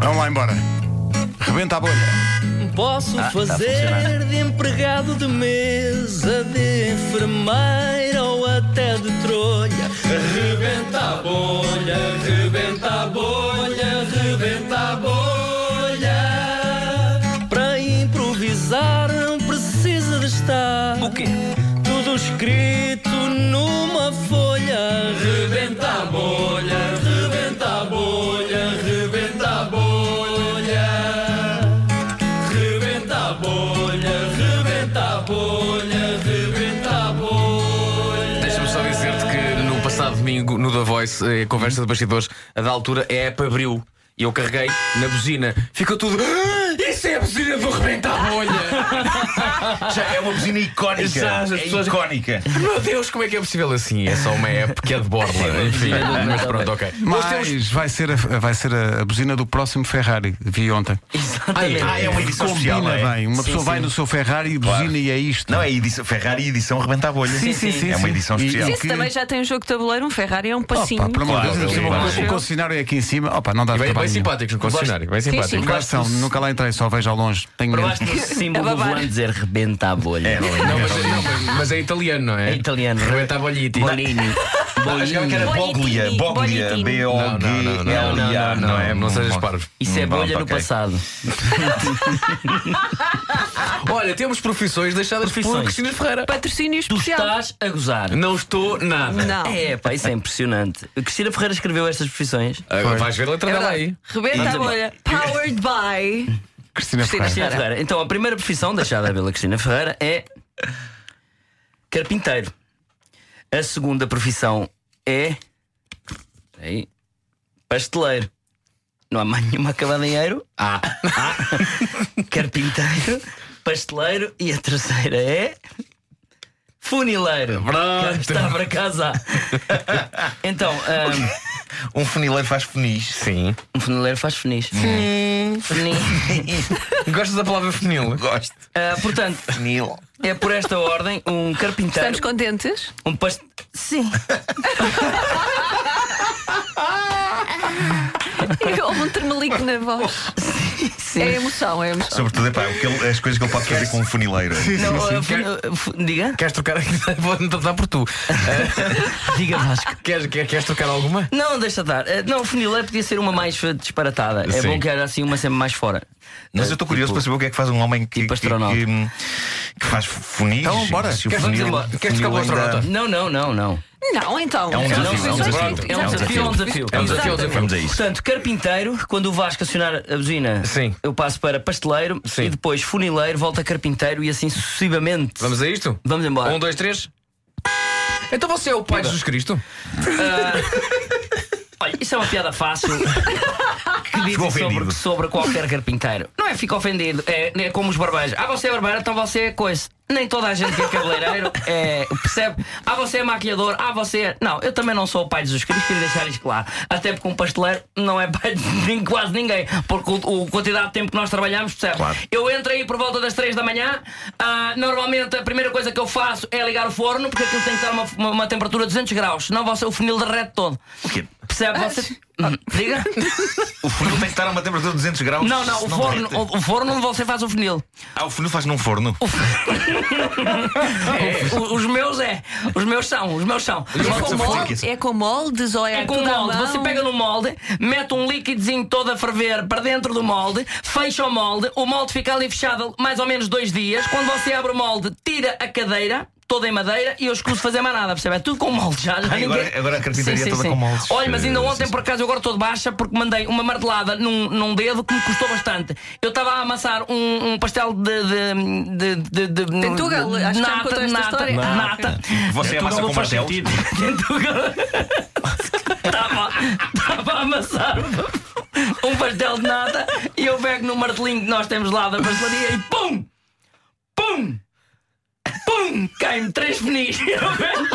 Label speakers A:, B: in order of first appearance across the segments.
A: Vamos lá embora. Rebenta a bolha.
B: Ah,
C: Posso
B: tá
C: fazer de empregado de mesa, de enfermeira ou até de trolha. Rebenta a bolha, rebenta a bolha, rebenta a bolha. Para improvisar não precisa de estar
D: O quê?
C: tudo escrito numa folha. Rebenta a bolha, rebenta a bolha, rebenta a bolha. Rebenta a bolha, rebenta a bolha, rebenta a bolha.
D: Deixa-me só dizer-te que no passado domingo, no The Voice, eh, conversa de bastidores, a da altura é para abril. E eu carreguei na buzina. Ficou tudo. "Ah, Isso é a buzina do rebentar a bolha!
E: Já é uma buzina icónica.
D: Já, as
E: é
D: pessoas-
E: icónica.
D: Meu Deus, como é que é possível assim? É só uma app que é de borla. Enfim, mas pronto, ok.
A: Mas vai ser, a, vai ser a, a buzina do próximo Ferrari. Vi ontem.
D: Exatamente.
E: Ah, é uma edição especial. não
A: Combina
E: é?
A: bem. Uma pessoa vai no seu Ferrari e buzina
E: Claro.
A: e é isto.
E: Não, é edição, Ferrari edição Rebenta a Bolha.
A: Sim, sim, sim,
E: É uma
A: sim.
E: edição
A: E-
E: especial.
A: e-
F: Sim,
A: que-
F: se também já tem um jogo de tabuleiro, um Ferrari é um
A: Opa,
F: passinho.
A: pelo amor de Deus,
E: Claro, é
A: ainda por cima
E: claro.
A: o- o concessionário é aqui em cima. Opa, não dá
D: Bem, bem
A: trabalho nenhum.
D: simpáticos no concessionário, bem
F: sim.
D: simpáticos.
A: Lá estão, nunca lá entrei, só vejo ao longe. Tenho medo.
B: Provaste
C: É
B: o símbolo
F: A
B: do
F: babar.
B: volante dizer rebenta a bolha.
E: É, não é?
D: Não, mas, não, mas- mas é italiano, não é?
B: É italiano.
D: Rebenta a
C: É.
D: bolhita.
B: Bolini.
E: Eu achava que era Boglia,
F: Bolitini,
E: Boglia,
F: Bolitini.
D: Não, não, não, não, não,
E: B-O-G-L-I-A,
D: não,
E: não é?
D: não sejas
E: Bom,
D: parvo.
B: Isso é
C: Hum,
E: Pronto,
B: bolha no
E: ok.
B: passado.
D: Olha, temos profissões deixadas por
B: Profissões.
D: Cristina Ferreira.
F: Patrocínio
B: Tu
F: especial.
B: estás a gozar.
D: Não estou nada.
F: Não.
B: É, pá, isso é impressionante. A Cristina Ferreira escreveu estas profissões.
D: Agora vais ver a letra
F: É
D: dela
F: verdade.
D: aí.
F: Rebenta a bolha. Powered by
A: Cristina
F: Cristina
A: Ferreira.
B: Cristina
F: Ferreira.
B: Ferreira. Então, a primeira profissão deixada pela Cristina Ferreira é carpinteiro. A segunda profissão é espera aí, pasteleiro. Não há mais nenhuma acabada em eiro. Ah, ah. carpinteiro, pasteleiro e a terceira é funileiro. Cá
D: Pronto.
B: Está para casa. então, ahm,
E: Um funileiro faz funis.
D: Sim.
B: um funileiro faz funis. Funis.
D: Gostas da palavra funil?
E: Gosto.
B: Ah, portanto,
E: Funil.
B: é por esta ordem um carpinteiro.
F: Estamos contentes?
B: Um past... Sim.
F: E houve um tremelique na voz. É a emoção, é a emoção.
E: Sobretudo, é pá, o que ele- as coisas que ele pode fazer com um funileiro.
B: Não,
D: sim.
B: uh, fu- uh, fu- diga?
D: Queres trocar aqui? Vou dar por tu. Eh,
B: Diga Vasco.
D: Queres, quer- queres trocar alguma?
B: Não, deixa estar. Uh, Não, o funileiro podia ser uma mais uh, disparatada. É
D: Sim.
B: bom que era assim uma sempre mais fora.
E: Mas eu estou
D: Tipo
E: curioso para saber o que é que faz um homem que,
B: tipo
E: que,
B: astronauta.
E: que- que faz funis.
A: Então, bora.
E: Se o
D: Queres-
E: funil-
D: vamos embora. Queres
E: funil
D: tocar o
E: ainda-
D: astronauta?
B: Não, não, não, não.
F: Não, então.
E: É um
F: São
E: desafio, é um
F: profissões
E: desafio.
F: que-
B: É um
F: Exato.
B: desafio, é um desafio.
D: É um desafio, é um desafio.
E: Vamos a isso.
B: Portanto, carpinteiro, quando o Vasco acionar a buzina,
D: Sim.
B: eu passo para pasteleiro
D: Sim.
B: e depois funileiro, volta carpinteiro e assim sucessivamente.
D: Vamos a isto?
B: Vamos embora.
D: Um, dois, três. Então você é o pai de Jesus Cristo?
B: Olha, isso é uma piada fácil. que diz
E: Ficou
B: sobre,
E: ofendido.
B: sobre qualquer carpinteiro. Não é fica ofendido, é, é como os barbeiros. Ah, você é barbeiro, então você é coisa. Nem toda a gente que é cabeleireiro é, percebe. Ah, você é maquilhador, ah, você é. Não, eu também não sou o pai de Jesus Cristo, queria deixar isto claro. Até porque um pasteleiro não é pai de nem- quase ninguém. Porque o, o quantidade de tempo que nós trabalhamos, percebe?
E: Claro.
B: Eu entro aí por volta das 3 da manhã. ah, normalmente a primeira coisa que eu faço é ligar o forno, porque aquilo tem que estar uma, uma, uma temperatura de 200 graus. Senão você, o funil derrete todo.
E: O quê?
B: Percebe? Você... Diga?
E: O funil tem que estar a uma temperatura de 200 graus.
B: Não, não, o
E: senão
B: forno,
E: derrete.
B: o, o forno onde você faz o funil.
E: Ah, o funil faz num forno.
B: O- os meus é. Os meus são, os meus são.
F: É com,
E: Vamos fazer aqui isso.
F: molde, é com moldes ou é,
B: É com
F: tudo à
B: molde.
F: mão?
B: Você pega no molde, mete um líquidozinho todo a ferver para dentro do molde, fecha o molde, o molde fica ali fechado mais ou menos dois dias. Quando você abre o molde, tira a cadeira. Toda em madeira e eu escuso fazer mais nada, percebe? É tudo com molde já. já
E: Ah, agora- agora a carpintaria
B: Sim, sim,
E: toda
B: sim.
E: com moldes.
B: Olha, mas ainda
E: Eh,
B: ontem,
E: sim,
B: por acaso, eu agora estou de baixa porque mandei uma martelada num, num dedo que me custou bastante. Eu estava a amassar um, um pastel de. de. de. de. de, de
F: Tentuga,
B: de-
F: acho que já me
B: nata,
F: contou esta
B: nata,
F: história. Ah,
B: nata.
E: Você
B: Tudo
D: Então
E: amassa
B: não
E: com
B: faz
E: martelos?
B: sentido. Tentuga. Estava estava a amassar um pastel de nata e eu pego no martelinho que nós temos lá da pastelaria e pum! Pum! Pum! Caem-me três funis e eu pego.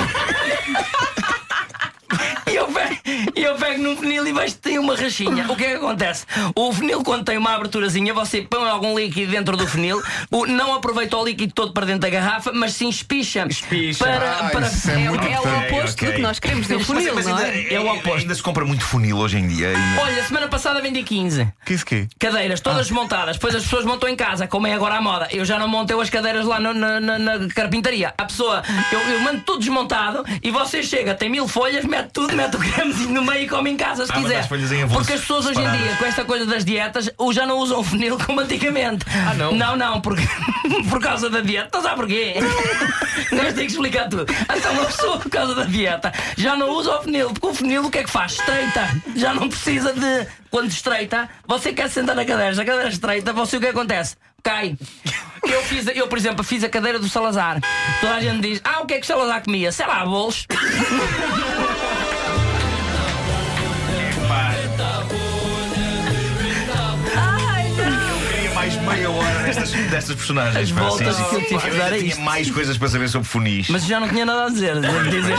B: E eu pego. E eu pego num vinil e vejo que tem uma rachinha. O que é que acontece? O vinil, quando tem uma aberturazinha, você põe algum líquido dentro do vinil, o- não aproveita o líquido todo para dentro da garrafa, mas sim espicha.
D: Espicha.
B: Para,
A: Ah,
B: para-
A: isso é
F: É,
A: muito
F: é o
A: bem,
F: oposto
E: ok.
F: do que nós queremos no funil,
E: mas
F: não
E: ainda,
F: é?
B: É o oposto.
E: ainda se compra muito funil hoje em dia. ainda.
B: Olha, semana passada vendi 15.
A: Que isso quê?
B: Cadeiras todas
E: Ah.
B: montadas, depois as pessoas montam em casa, como é agora a moda. Eu já não montei as cadeiras lá no- na, na- na carpintaria. A pessoa, eu, eu mando tudo desmontado e você chega, tem mil folhas, mete tudo, mete o cremezinho no meio e come em casa se
E: Ah, mas
B: quiser.
E: as folhas em avulso,
B: Porque as pessoas hoje em
E: separadas.
B: dia, com esta coisa das dietas, o- já não usam o funil como antigamente. Ah,
D: não?
B: Não, não, porque, por causa da dieta. Não sabe porquê? Nós temos que explicar tudo. Então, uma pessoa, por causa da dieta, já não usa o funil, porque o funil o que é que faz? Estreita. Já não precisa de. Quando estreita, você quer sentar na cadeira, se a cadeira estreita, você o que acontece? Cai. Eu, fiz, eu, por exemplo, fiz a cadeira do Salazar. Toda a gente diz: Ah, o que é que o Salazar comia? Sei lá, bolos.
F: Ai,
E: Queria mais meia hora destas, destas personagens.
B: As
E: pá,
B: voltas
E: sim, sim.
B: que eu tive que
E: Eu
B: dar a
E: tinha
B: isto.
E: mais coisas para saber sobre funis.
B: Mas já não tinha nada a dizer. devo dizer.